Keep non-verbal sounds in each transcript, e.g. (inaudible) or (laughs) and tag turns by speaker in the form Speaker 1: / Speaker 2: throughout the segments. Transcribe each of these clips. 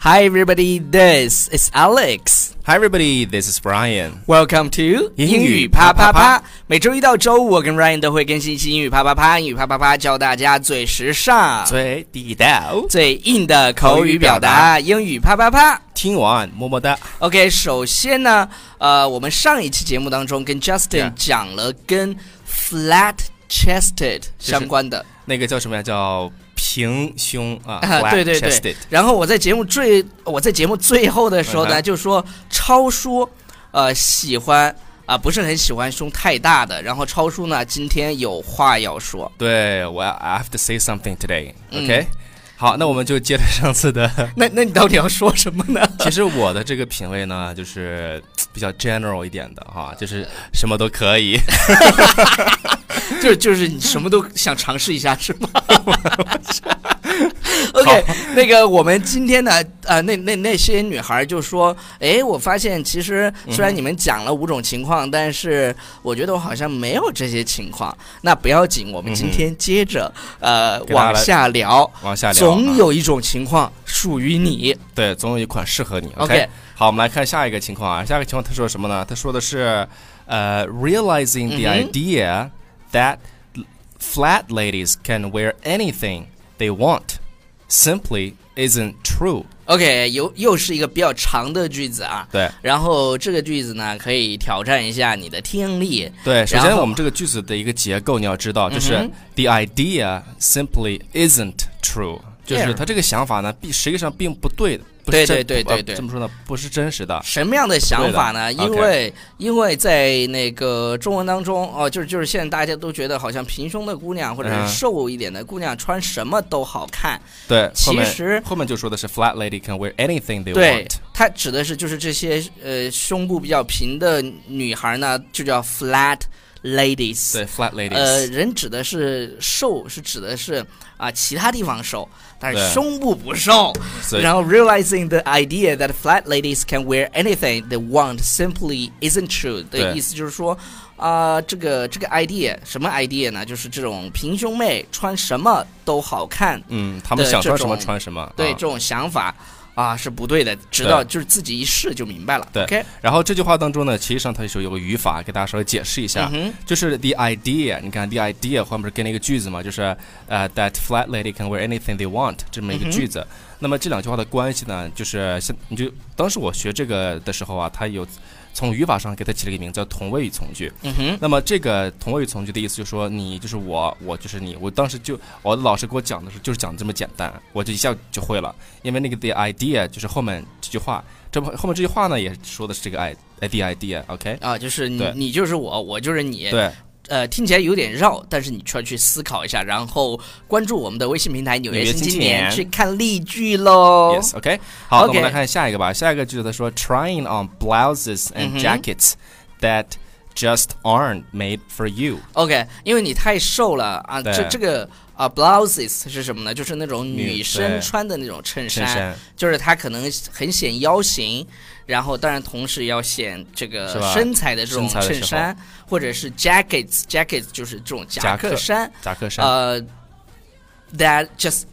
Speaker 1: Hi, everybody. This is Alex.
Speaker 2: Hi, everybody. This is Brian.
Speaker 1: Welcome to
Speaker 2: 英
Speaker 1: 英
Speaker 2: 语
Speaker 1: 语
Speaker 2: 啪
Speaker 1: 啪啪
Speaker 2: 啪啪
Speaker 1: 啪。每周一到周五，我跟 Ryan 都会更新一期英语啪啪啪。英语啪啪啪，教大家最时尚、
Speaker 2: 最地道，
Speaker 1: 最硬的口语表达。英语啪啪啪。
Speaker 2: 听啊完么么哒。
Speaker 1: OK，首先呢，呃，我们上一期节目当中跟 Justin
Speaker 2: Yeah
Speaker 1: 讲了跟 flat chested 相关的，
Speaker 2: 那个叫什么呀？叫平胸啊
Speaker 1: 啊对对对
Speaker 2: flat-chested
Speaker 1: 然后我在节目最我在节目最后的时候
Speaker 2: 嗯
Speaker 1: 呢，
Speaker 2: 哼
Speaker 1: 就说超叔，呃，喜欢啊、不是很喜欢胸太大的。然后超叔呢，今天有话要说。
Speaker 2: 对，我 I have to say something today.
Speaker 1: 嗯
Speaker 2: OK，、好，那我们就接着上次的。
Speaker 1: 那那你到底要说什么呢？
Speaker 2: 其实我的这个品味呢，就是比较 general 一点的哈，就是什么都可以。
Speaker 1: 就就是你什么都想尝试一下是
Speaker 2: (laughs)
Speaker 1: 吗？OK，那个我们今天呢，呃，那那那些女孩就说，哎，我发现其实
Speaker 2: 嗯
Speaker 1: 虽然你们讲了五种情况，但是我觉得我好像没有这些情况。那不要紧，我们今天接着、呃
Speaker 2: 嗯给大家
Speaker 1: 往下聊，
Speaker 2: 往下聊啊，
Speaker 1: 总有一种情况属于你。
Speaker 2: 对，总有一款适合你。
Speaker 1: OK
Speaker 2: 好，我们来看下一个情况啊。下一个情况他说什么呢？他说的是，呃，realizing the
Speaker 1: 嗯哼
Speaker 2: idea that flat ladies can wear anything they want simply isn't true。
Speaker 1: OK，又又是一个比较长的句子啊。
Speaker 2: 对
Speaker 1: 然后这个句子呢，可以挑战一下你的听力。
Speaker 2: 对，首先
Speaker 1: 然后
Speaker 2: 我们这个句子的一个结构你要知道，就是
Speaker 1: 嗯
Speaker 2: the idea simply isn't true，就是他这个想法呢，并实际上并不对。不是
Speaker 1: 对对
Speaker 2: 真
Speaker 1: 对对
Speaker 2: 呃
Speaker 1: 对
Speaker 2: 这么说呢，不是真实的。
Speaker 1: 什么样的想法呢？
Speaker 2: 对的
Speaker 1: 因为、因为在那个中文当中，哦，就是就是现在大家都觉得好像平胸的姑娘或者
Speaker 2: 嗯
Speaker 1: 是瘦一点的姑娘穿什么都好看，
Speaker 2: 对，后面
Speaker 1: 其实
Speaker 2: 后面就说的是 flat lady can wear anything they
Speaker 1: 对
Speaker 2: want。，
Speaker 1: 它指的是就是这些呃胸部比较平的女孩呢，就叫 flat ladies。
Speaker 2: 对，flat ladies。
Speaker 1: 呃，人指的是瘦，是指的是啊、其他地方瘦，但
Speaker 2: 对
Speaker 1: 是胸部不瘦。
Speaker 2: 所以
Speaker 1: 然后 realizing the idea that flat ladies can wear anything they want simply isn't true 的
Speaker 2: 对
Speaker 1: 意思就是说，啊、这个这个 idea 什么 idea 呢？就是这种平胸妹穿什么都好看，
Speaker 2: 嗯，他们
Speaker 1: 的
Speaker 2: 想
Speaker 1: 这
Speaker 2: 穿什么
Speaker 1: 种
Speaker 2: 穿什么。
Speaker 1: 对、
Speaker 2: 啊
Speaker 1: 这种想法啊是不对的，直到就是自己一试就明白了。
Speaker 2: 对
Speaker 1: OK，
Speaker 2: 然后这句话当中呢，其实上它是有个语法，给大家稍微解释一下，
Speaker 1: 嗯哼
Speaker 2: 就是 the idea，你看 the idea 后面不是跟了一个句子嘛，就是呃、that flat lady can wear anything they want 这么一个
Speaker 1: 嗯
Speaker 2: 句子。那么这两句话的关系呢，就是像你就当时我学这个的时候啊，它有从语法上给它起了一个名字叫同位语从句。
Speaker 1: 嗯哼，
Speaker 2: 那么这个同位语从句的意思就是说你就是我，我就是你。我当时就我的老师给我讲的时候就是讲的这么简单，我就一下就会了。因为那个 the idea 就是后面这句话，这不后面这句话呢也说的是这个 i the idea，OK？、
Speaker 1: 啊，就是你
Speaker 2: 对
Speaker 1: 你就是我，我就是你，
Speaker 2: 对
Speaker 1: 呃，听起来有点绕，但是你需要去思考一下，然后关注我们的微信平台《纽
Speaker 2: 纽
Speaker 1: 约
Speaker 2: 约
Speaker 1: 新
Speaker 2: 新
Speaker 1: 青
Speaker 2: 青
Speaker 1: 年》
Speaker 2: 年
Speaker 1: 去看例句喽。
Speaker 2: ，yes，OK？、好那我
Speaker 1: OK
Speaker 2: 们来看下一个吧。下一个句子他说 trying on blouses
Speaker 1: 嗯哼
Speaker 2: and jackets、that just aren't made for you。
Speaker 1: OK，因为你太瘦了啊，
Speaker 2: 对
Speaker 1: 这这个啊，blouses 是什么呢？就是那种女
Speaker 2: 女
Speaker 1: 生
Speaker 2: 对
Speaker 1: 穿的那种衬衫，
Speaker 2: 衬衫
Speaker 1: 就是它可能很显腰型，然后当然同时要显这
Speaker 2: 是
Speaker 1: 个
Speaker 2: 吧
Speaker 1: 身材的这种
Speaker 2: 身材的时候
Speaker 1: 衬衫，或者是 jackets，jackets 就是这种夹
Speaker 2: 夹
Speaker 1: 克
Speaker 2: 克
Speaker 1: 衫，
Speaker 2: 夹克衫，
Speaker 1: 呃，that just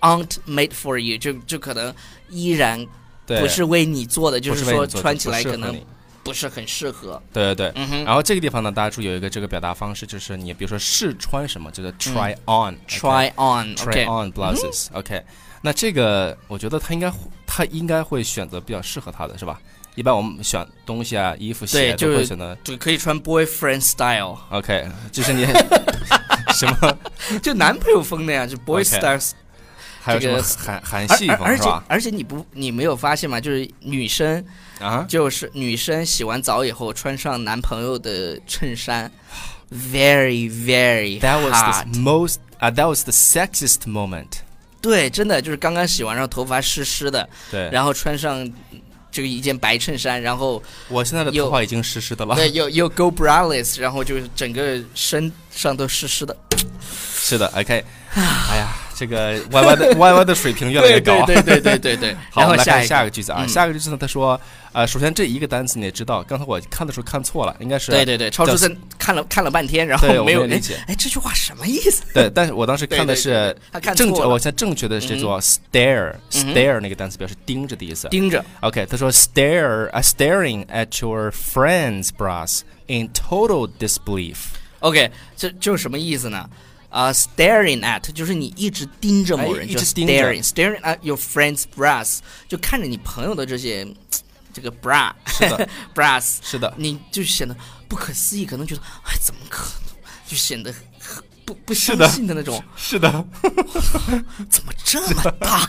Speaker 1: aren't made for you，就就可能依然
Speaker 2: 对，
Speaker 1: 不是为你做的，就
Speaker 2: 不
Speaker 1: 是
Speaker 2: 为你
Speaker 1: 说
Speaker 2: 做的
Speaker 1: 穿
Speaker 2: 不
Speaker 1: 起来可
Speaker 2: 适合
Speaker 1: 能
Speaker 2: 你
Speaker 1: 不是很适合。
Speaker 2: 对对对，
Speaker 1: 嗯哼
Speaker 2: 然后这个地方呢，大家注意有一个这个表达方式，就是你比如说试穿什么，就是 try on，OK？
Speaker 1: 嗯 Try 嗯 on，OK，
Speaker 2: try on blouses，OK？那这个我觉得他应该他应该会选择比较适合他的是吧？一般我们选东西啊、衣服、
Speaker 1: 对
Speaker 2: 鞋都
Speaker 1: 就是
Speaker 2: 会选择
Speaker 1: 就可以穿 boyfriend style。
Speaker 2: OK，就
Speaker 1: (laughs)
Speaker 2: 是你什么
Speaker 1: 就男朋友风那样，就 boy
Speaker 2: OK
Speaker 1: stars，
Speaker 2: 还有什
Speaker 1: 这
Speaker 2: 么
Speaker 1: 个 (laughs)
Speaker 2: 韩韩
Speaker 1: 而
Speaker 2: 系
Speaker 1: 而
Speaker 2: 风
Speaker 1: 而
Speaker 2: 是
Speaker 1: 且
Speaker 2: 吧？
Speaker 1: 而且你不你没有发现吗？就是女生
Speaker 2: 啊，
Speaker 1: 就是女生洗完澡以后穿上男朋友的衬衫，very very
Speaker 2: That was
Speaker 1: hot。
Speaker 2: the most 啊、t h a t was the sexiest moment。
Speaker 1: 对，真的就是刚刚洗完，然后头发湿湿的，
Speaker 2: 对，
Speaker 1: 然后穿上这个一件白衬衫，然后
Speaker 2: 我现在的
Speaker 1: 有
Speaker 2: 头发已经湿湿的了。
Speaker 1: 对又又 go braless，然后就是整个身上都湿湿的。
Speaker 2: 是的，OK。哎呀，这个 Y
Speaker 1: (laughs)
Speaker 2: Y 的 Y Y 的水平越来越高。
Speaker 1: 对对对对对对。
Speaker 2: (laughs) 好，
Speaker 1: 然
Speaker 2: 我
Speaker 1: 后
Speaker 2: 们来看
Speaker 1: 一个，
Speaker 2: 下个句子啊，
Speaker 1: 嗯
Speaker 2: 下个句子呢，他说，呃，首先这一个单词你也知道，刚才我看的时候看错了，应该是
Speaker 1: 对对对，超出三看了看了半天，然后
Speaker 2: 对我
Speaker 1: 没有
Speaker 2: 没有理
Speaker 1: 哎
Speaker 2: 解
Speaker 1: 哎这句话什么意思？
Speaker 2: 对，但是我当时看的
Speaker 1: 对对
Speaker 2: 是
Speaker 1: 对他看
Speaker 2: 正确，
Speaker 1: 错了嗯
Speaker 2: 我现在正确的是做 stare，stare 那个单词表示盯着的意思。
Speaker 1: 盯着
Speaker 2: OK，他说 stare a staring at your friend's bras in total disbelief。
Speaker 1: ，OK，这就是什么意思呢？啊、s t a r i n g at 就是你一直盯着某
Speaker 2: 哎
Speaker 1: 人，
Speaker 2: 一
Speaker 1: 就
Speaker 2: 直盯着
Speaker 1: staring，staring at your friend's bras，就看着你朋友的这些嘖这个 bra
Speaker 2: 是
Speaker 1: (laughs)
Speaker 2: 的，
Speaker 1: bras，
Speaker 2: 是的，
Speaker 1: 你就显得不可思议，可能觉得哎怎么可能，就显得很不不
Speaker 2: 是
Speaker 1: 相
Speaker 2: 的
Speaker 1: 信的那种，
Speaker 2: 是的。
Speaker 1: 怎么这么大？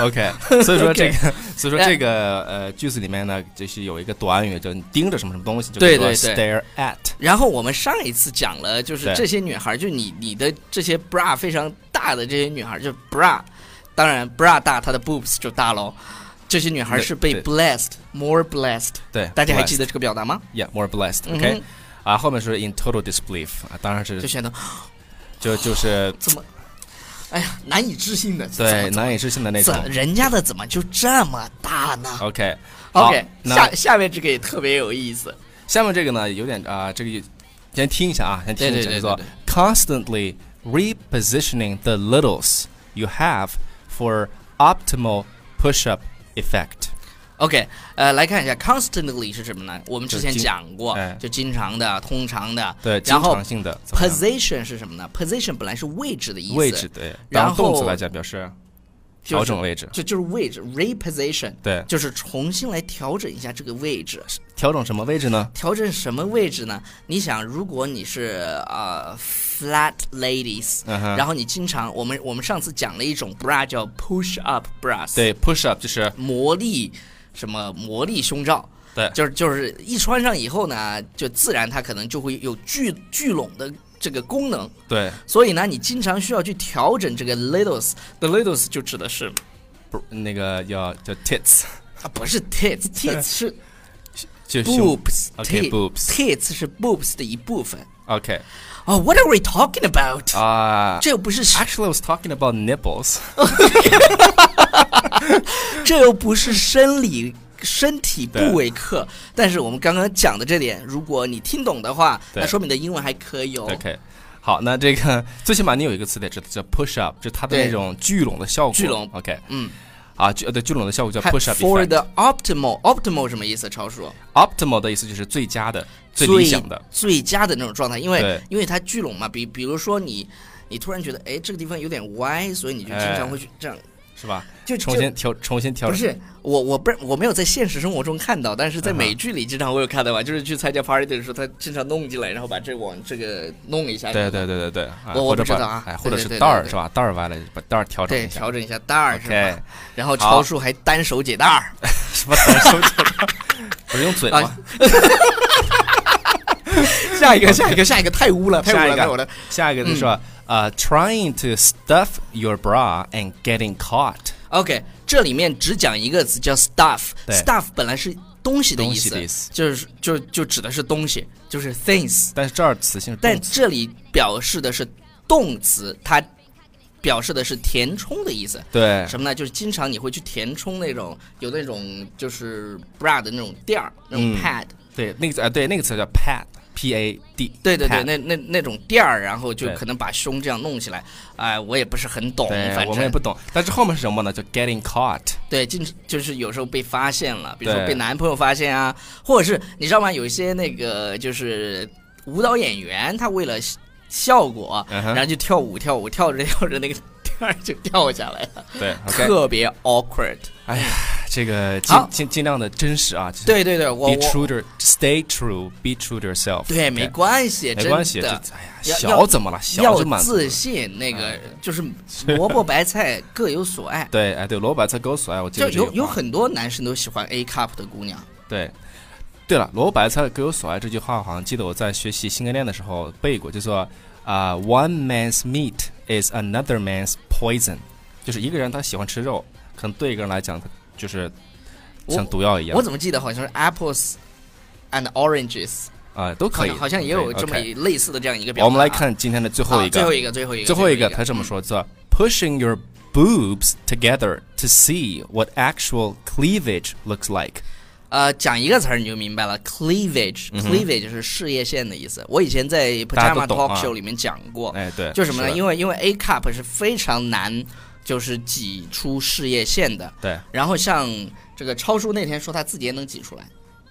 Speaker 1: (laughs)
Speaker 2: OK，所以说这个，所以说
Speaker 1: 哎
Speaker 2: 这个呃句子里面呢，就是有一个短语，叫你盯着什么什么东西，就
Speaker 1: 对
Speaker 2: 叫
Speaker 1: 对
Speaker 2: stare at。
Speaker 1: 然后我们上一次讲了，就是
Speaker 2: 对
Speaker 1: 这些女孩儿，就你你的这些 bra 非常大的这些女孩儿，就 bra，当然 bra 大，她的 boobs 就大喽。这些女孩儿
Speaker 2: 对
Speaker 1: 是被
Speaker 2: 对
Speaker 1: blessed，more blessed。
Speaker 2: 对，
Speaker 1: 大家还记得这个表达吗？
Speaker 2: ？Yeah，more blessed。
Speaker 1: 嗯哼
Speaker 2: OK，啊，后面是 in total disbelief 啊，当然
Speaker 1: 就是显得
Speaker 2: 就
Speaker 1: (laughs)
Speaker 2: 就是
Speaker 1: 怎么，哎呀，难以置信的，
Speaker 2: 对
Speaker 1: 怎么
Speaker 2: 难以置信的那种
Speaker 1: 怎。人家的怎么就这么大呢
Speaker 2: OK，好
Speaker 1: ？OK，
Speaker 2: 那
Speaker 1: 下下面这个也特别有意思。
Speaker 2: 下面这个呢，有点啊、这个先听一下啊，先听一
Speaker 1: 对
Speaker 2: 下，
Speaker 1: 对对
Speaker 2: 叫做
Speaker 1: 对
Speaker 2: constantly repositioning the littles you have for optimal push-up effect。
Speaker 1: OK，呃，来看一下 constantly 是什么呢？我们之
Speaker 2: 就
Speaker 1: 前
Speaker 2: 经
Speaker 1: 讲过
Speaker 2: 哎，
Speaker 1: 就经常的、通常的，
Speaker 2: 对，经
Speaker 1: 然后
Speaker 2: 常性的怎么样
Speaker 1: position 是什么呢？position 本来是位置的意思，
Speaker 2: 位置对，
Speaker 1: 然
Speaker 2: 当动词
Speaker 1: 后
Speaker 2: 来讲表示
Speaker 1: 就
Speaker 2: 调
Speaker 1: 是
Speaker 2: 整位置，
Speaker 1: 就就是位置 reposition，
Speaker 2: 对，
Speaker 1: 就是重新来调整一下这个位置。
Speaker 2: 调整什么位置呢？
Speaker 1: 调整什么位置呢？你想，如果你是呃 flat ladies，、
Speaker 2: 嗯哼
Speaker 1: 然后你经常我们我们上次讲了一种 bra 叫 push up bras，，
Speaker 2: 对，push up 就是
Speaker 1: 魔力什么魔力胸罩。
Speaker 2: 对
Speaker 1: 就是就是一穿上以后呢，就自然它可能就会有聚聚拢的这个功能，
Speaker 2: 对
Speaker 1: 所以呢，你经常需要去调整这个 littles，the littles 就指的是
Speaker 2: 不那个叫叫 tits， (laughs)
Speaker 1: 啊，不是 tits，tits 是
Speaker 2: 就胸 OK，boobs
Speaker 1: boobs，tits 是 boobs 的一部分。
Speaker 2: OK
Speaker 1: 哦、w h a t are we talking about？、
Speaker 2: 啊。
Speaker 1: 这又不是
Speaker 2: Actually, I was talking about nipples.
Speaker 1: 这又不是生理身体
Speaker 2: 对
Speaker 1: 部位课，但是我们刚刚讲的这点，如果你听懂的话，
Speaker 2: 对
Speaker 1: 那说明你的英文还可以哦。
Speaker 2: OK，好，那这个最起码你有一个词得知道，叫 push up，就是它的
Speaker 1: 对
Speaker 2: 那种聚拢的效果。
Speaker 1: 聚拢
Speaker 2: OK，
Speaker 1: 嗯，
Speaker 2: 啊，聚呃对聚拢的效果叫
Speaker 1: 还
Speaker 2: push up
Speaker 1: for
Speaker 2: effect。
Speaker 1: the optimal，optimal 什么意思？超叔，
Speaker 2: Optimal 的意思就是最佳的、最
Speaker 1: 最
Speaker 2: 理想的。
Speaker 1: 最佳的那种状态，因
Speaker 2: 对
Speaker 1: 为因为它聚拢嘛，比比如说你你突然觉得哎这个地方有点歪，所以你就经
Speaker 2: 哎
Speaker 1: 常会去这样，
Speaker 2: 是吧？
Speaker 1: 就
Speaker 2: 重
Speaker 1: 就
Speaker 2: 新调，重新调
Speaker 1: 不
Speaker 2: 整。
Speaker 1: 是我，我不是我没有在现实生活中看到，但是在
Speaker 2: 嗯哼
Speaker 1: 美剧里经常会有看到吧，就是去参加 party 的时候，他经常弄进来，然后把这往这个弄一下，
Speaker 2: 对对对对对，啊
Speaker 1: 哎我我
Speaker 2: 或者
Speaker 1: 不知
Speaker 2: 把
Speaker 1: 道啊
Speaker 2: 哎，
Speaker 1: 对
Speaker 2: 或者
Speaker 1: 对
Speaker 2: 是
Speaker 1: 对
Speaker 2: 带
Speaker 1: 对
Speaker 2: 儿
Speaker 1: 对
Speaker 2: 是吧？带儿歪了，把带儿调整
Speaker 1: 对，
Speaker 2: 一下。
Speaker 1: 调整一下带儿是
Speaker 2: OK，
Speaker 1: 吧？然后
Speaker 2: 好
Speaker 1: 超叔还单手解带儿，
Speaker 2: (laughs) 什么单手指头？不是用嘴吗 (laughs)
Speaker 1: 啊？下一 (laughs) 个下一个下一个太污了，太
Speaker 2: 下
Speaker 1: 污
Speaker 2: 一
Speaker 1: 了，太污
Speaker 2: 个
Speaker 1: 了。，嗯
Speaker 2: 下一个就说呃，trying to stuff your bra and getting caught，
Speaker 1: OK，这里面只讲一个词叫
Speaker 2: 对
Speaker 1: stuff，stuff 本来是东西的
Speaker 2: 东
Speaker 1: 意
Speaker 2: 西
Speaker 1: 思
Speaker 2: 的意，思
Speaker 1: 就是就就指的是东西，就是 things。
Speaker 2: 但是这儿词性是
Speaker 1: 但
Speaker 2: 动词，
Speaker 1: 这里表示的是动词，它表示的是填充的意思。
Speaker 2: 对
Speaker 1: 什么呢？就是经常你会去填充那种有那种就是 bra 的那种垫儿，那种
Speaker 2: 嗯
Speaker 1: pad，、
Speaker 2: 对，那个呃对那个词叫 pad，p a d，
Speaker 1: 对对
Speaker 2: pad
Speaker 1: 对，那那那种垫儿，然后就
Speaker 2: 对
Speaker 1: 可能把胸这样弄起来。哎、我也不是很懂，
Speaker 2: 对
Speaker 1: 反
Speaker 2: 我们也
Speaker 1: 正
Speaker 2: 不懂，但是后面是什么呢？叫
Speaker 1: (laughs)
Speaker 2: getting caught，
Speaker 1: 对，经就是有时候被发现了，比如说
Speaker 2: 对
Speaker 1: 被男朋友发现啊，或者是你知道吗？有一些那个就是舞蹈演员，他为了效果，
Speaker 2: 嗯
Speaker 1: 然
Speaker 2: 哼，
Speaker 1: 后就跳舞跳舞跳着跳着那个 (laughs) 垫儿就掉下来了，
Speaker 2: 对，OK，
Speaker 1: 特别 awkward。
Speaker 2: 哎呀，这个尽
Speaker 1: 好
Speaker 2: 尽尽量的真实啊，就是
Speaker 1: 对对对，我
Speaker 2: be
Speaker 1: 我
Speaker 2: true to stay true, be true to yourself，
Speaker 1: 对
Speaker 2: OK
Speaker 1: 没关系，
Speaker 2: 没关系，
Speaker 1: 真
Speaker 2: 这
Speaker 1: 的
Speaker 2: 哎呀，
Speaker 1: 要
Speaker 2: 小
Speaker 1: 要
Speaker 2: 怎么了？嗯小
Speaker 1: 要
Speaker 2: 就满足。
Speaker 1: 自信，那个就是萝卜白菜各有所爱
Speaker 2: (laughs) 对，哎，对，萝卜白菜各有所爱，我记
Speaker 1: 就
Speaker 2: 得这啊
Speaker 1: 有
Speaker 2: 句
Speaker 1: 有
Speaker 2: 话
Speaker 1: 很多男生都喜欢 A cup 的姑娘，
Speaker 2: 对。对了，萝卜白菜各有所爱这句话，好像记得我在学习新概念的时候背过，就说啊、o n e man's meat is another man's poison，就是一个人他喜欢吃肉，可能对一个人来讲，他就是
Speaker 1: 我
Speaker 2: 像毒药一样
Speaker 1: 我怎么记得好像是 apples and oranges，
Speaker 2: 啊、都
Speaker 1: 好
Speaker 2: 可以，
Speaker 1: 像好像也有这么
Speaker 2: o
Speaker 1: 类似的这样一个
Speaker 2: k
Speaker 1: 表达啊。
Speaker 2: 我们来看今天的最后一
Speaker 1: 啊
Speaker 2: 个，
Speaker 1: 最后一个，最后一个，
Speaker 2: 最后一个，他
Speaker 1: 他
Speaker 2: 这么，说：叫 pushing your boobs together to see what actual cleavage looks like。
Speaker 1: 呃，讲一个词儿你就明白了，cleavage，cleavage、是事业线的意思。我以前在
Speaker 2: 嗯大家
Speaker 1: Pajama
Speaker 2: 都懂啊
Speaker 1: Talk Show 里面讲过，
Speaker 2: 哎，对，
Speaker 1: 哦就什么呢？
Speaker 2: 是的
Speaker 1: 因为因为 A cup 是非常难，就是挤出事业线的。
Speaker 2: 对
Speaker 1: 然后像这个超叔那天说他自己也能挤出来，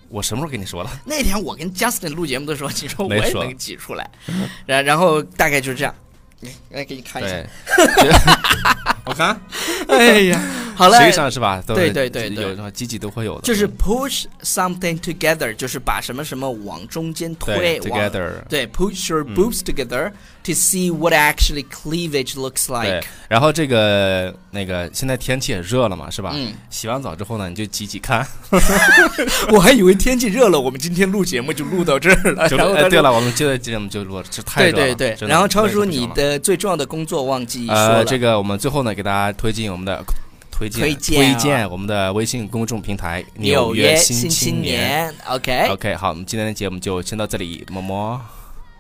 Speaker 2: 我什么时候跟你说了？
Speaker 1: 那天我跟 Justin 录节目的时候，你说我
Speaker 2: 没
Speaker 1: 也
Speaker 2: 说
Speaker 1: 能挤出来，然然后大概就是这样。来来给你看一下，
Speaker 2: 对，
Speaker 1: (laughs)
Speaker 2: 我看
Speaker 1: 哎呀，好了
Speaker 2: 实，际上是吧？都
Speaker 1: 对对对对
Speaker 2: 有什么积极都会有的，
Speaker 1: 就是 push something together，就是把什么什么往中间推
Speaker 2: 对，
Speaker 1: 往
Speaker 2: together。嗯
Speaker 1: 对，push your boobs together to see what actually cleavage looks
Speaker 2: 对
Speaker 1: like。，
Speaker 2: 然后这个那个，现在天气也热了嘛，是吧？
Speaker 1: 嗯
Speaker 2: 洗完澡之后呢，你就挤
Speaker 1: (laughs)
Speaker 2: 挤看。
Speaker 1: 我还以为天气热了，我们今天录节目就录到这儿了。
Speaker 2: 就
Speaker 1: 然后
Speaker 2: 哎，
Speaker 1: 他
Speaker 2: 对
Speaker 1: 说，
Speaker 2: 了，我们接着节目就录了，这太热
Speaker 1: 对
Speaker 2: 了。
Speaker 1: 对对。
Speaker 2: 真的
Speaker 1: 然后超叔，
Speaker 2: 太热
Speaker 1: 你
Speaker 2: 了
Speaker 1: 的最重要的工作忘记说
Speaker 2: 呃，
Speaker 1: 了，
Speaker 2: 这个我们最后呢，给大家推荐我们的推荐
Speaker 1: 推荐啊
Speaker 2: 推荐我们的微信公众平台《
Speaker 1: 纽
Speaker 2: 约
Speaker 1: 新
Speaker 2: 青
Speaker 1: 青。年，OK，哎
Speaker 2: OK，好，我们今天的节目就先到这里，么么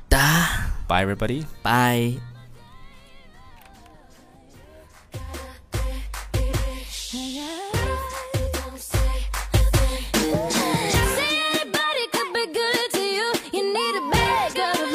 Speaker 1: 哒，
Speaker 2: ，Bye everybody。
Speaker 1: 拜。
Speaker 3: Just say anybody could be good to you. You need a bad girl to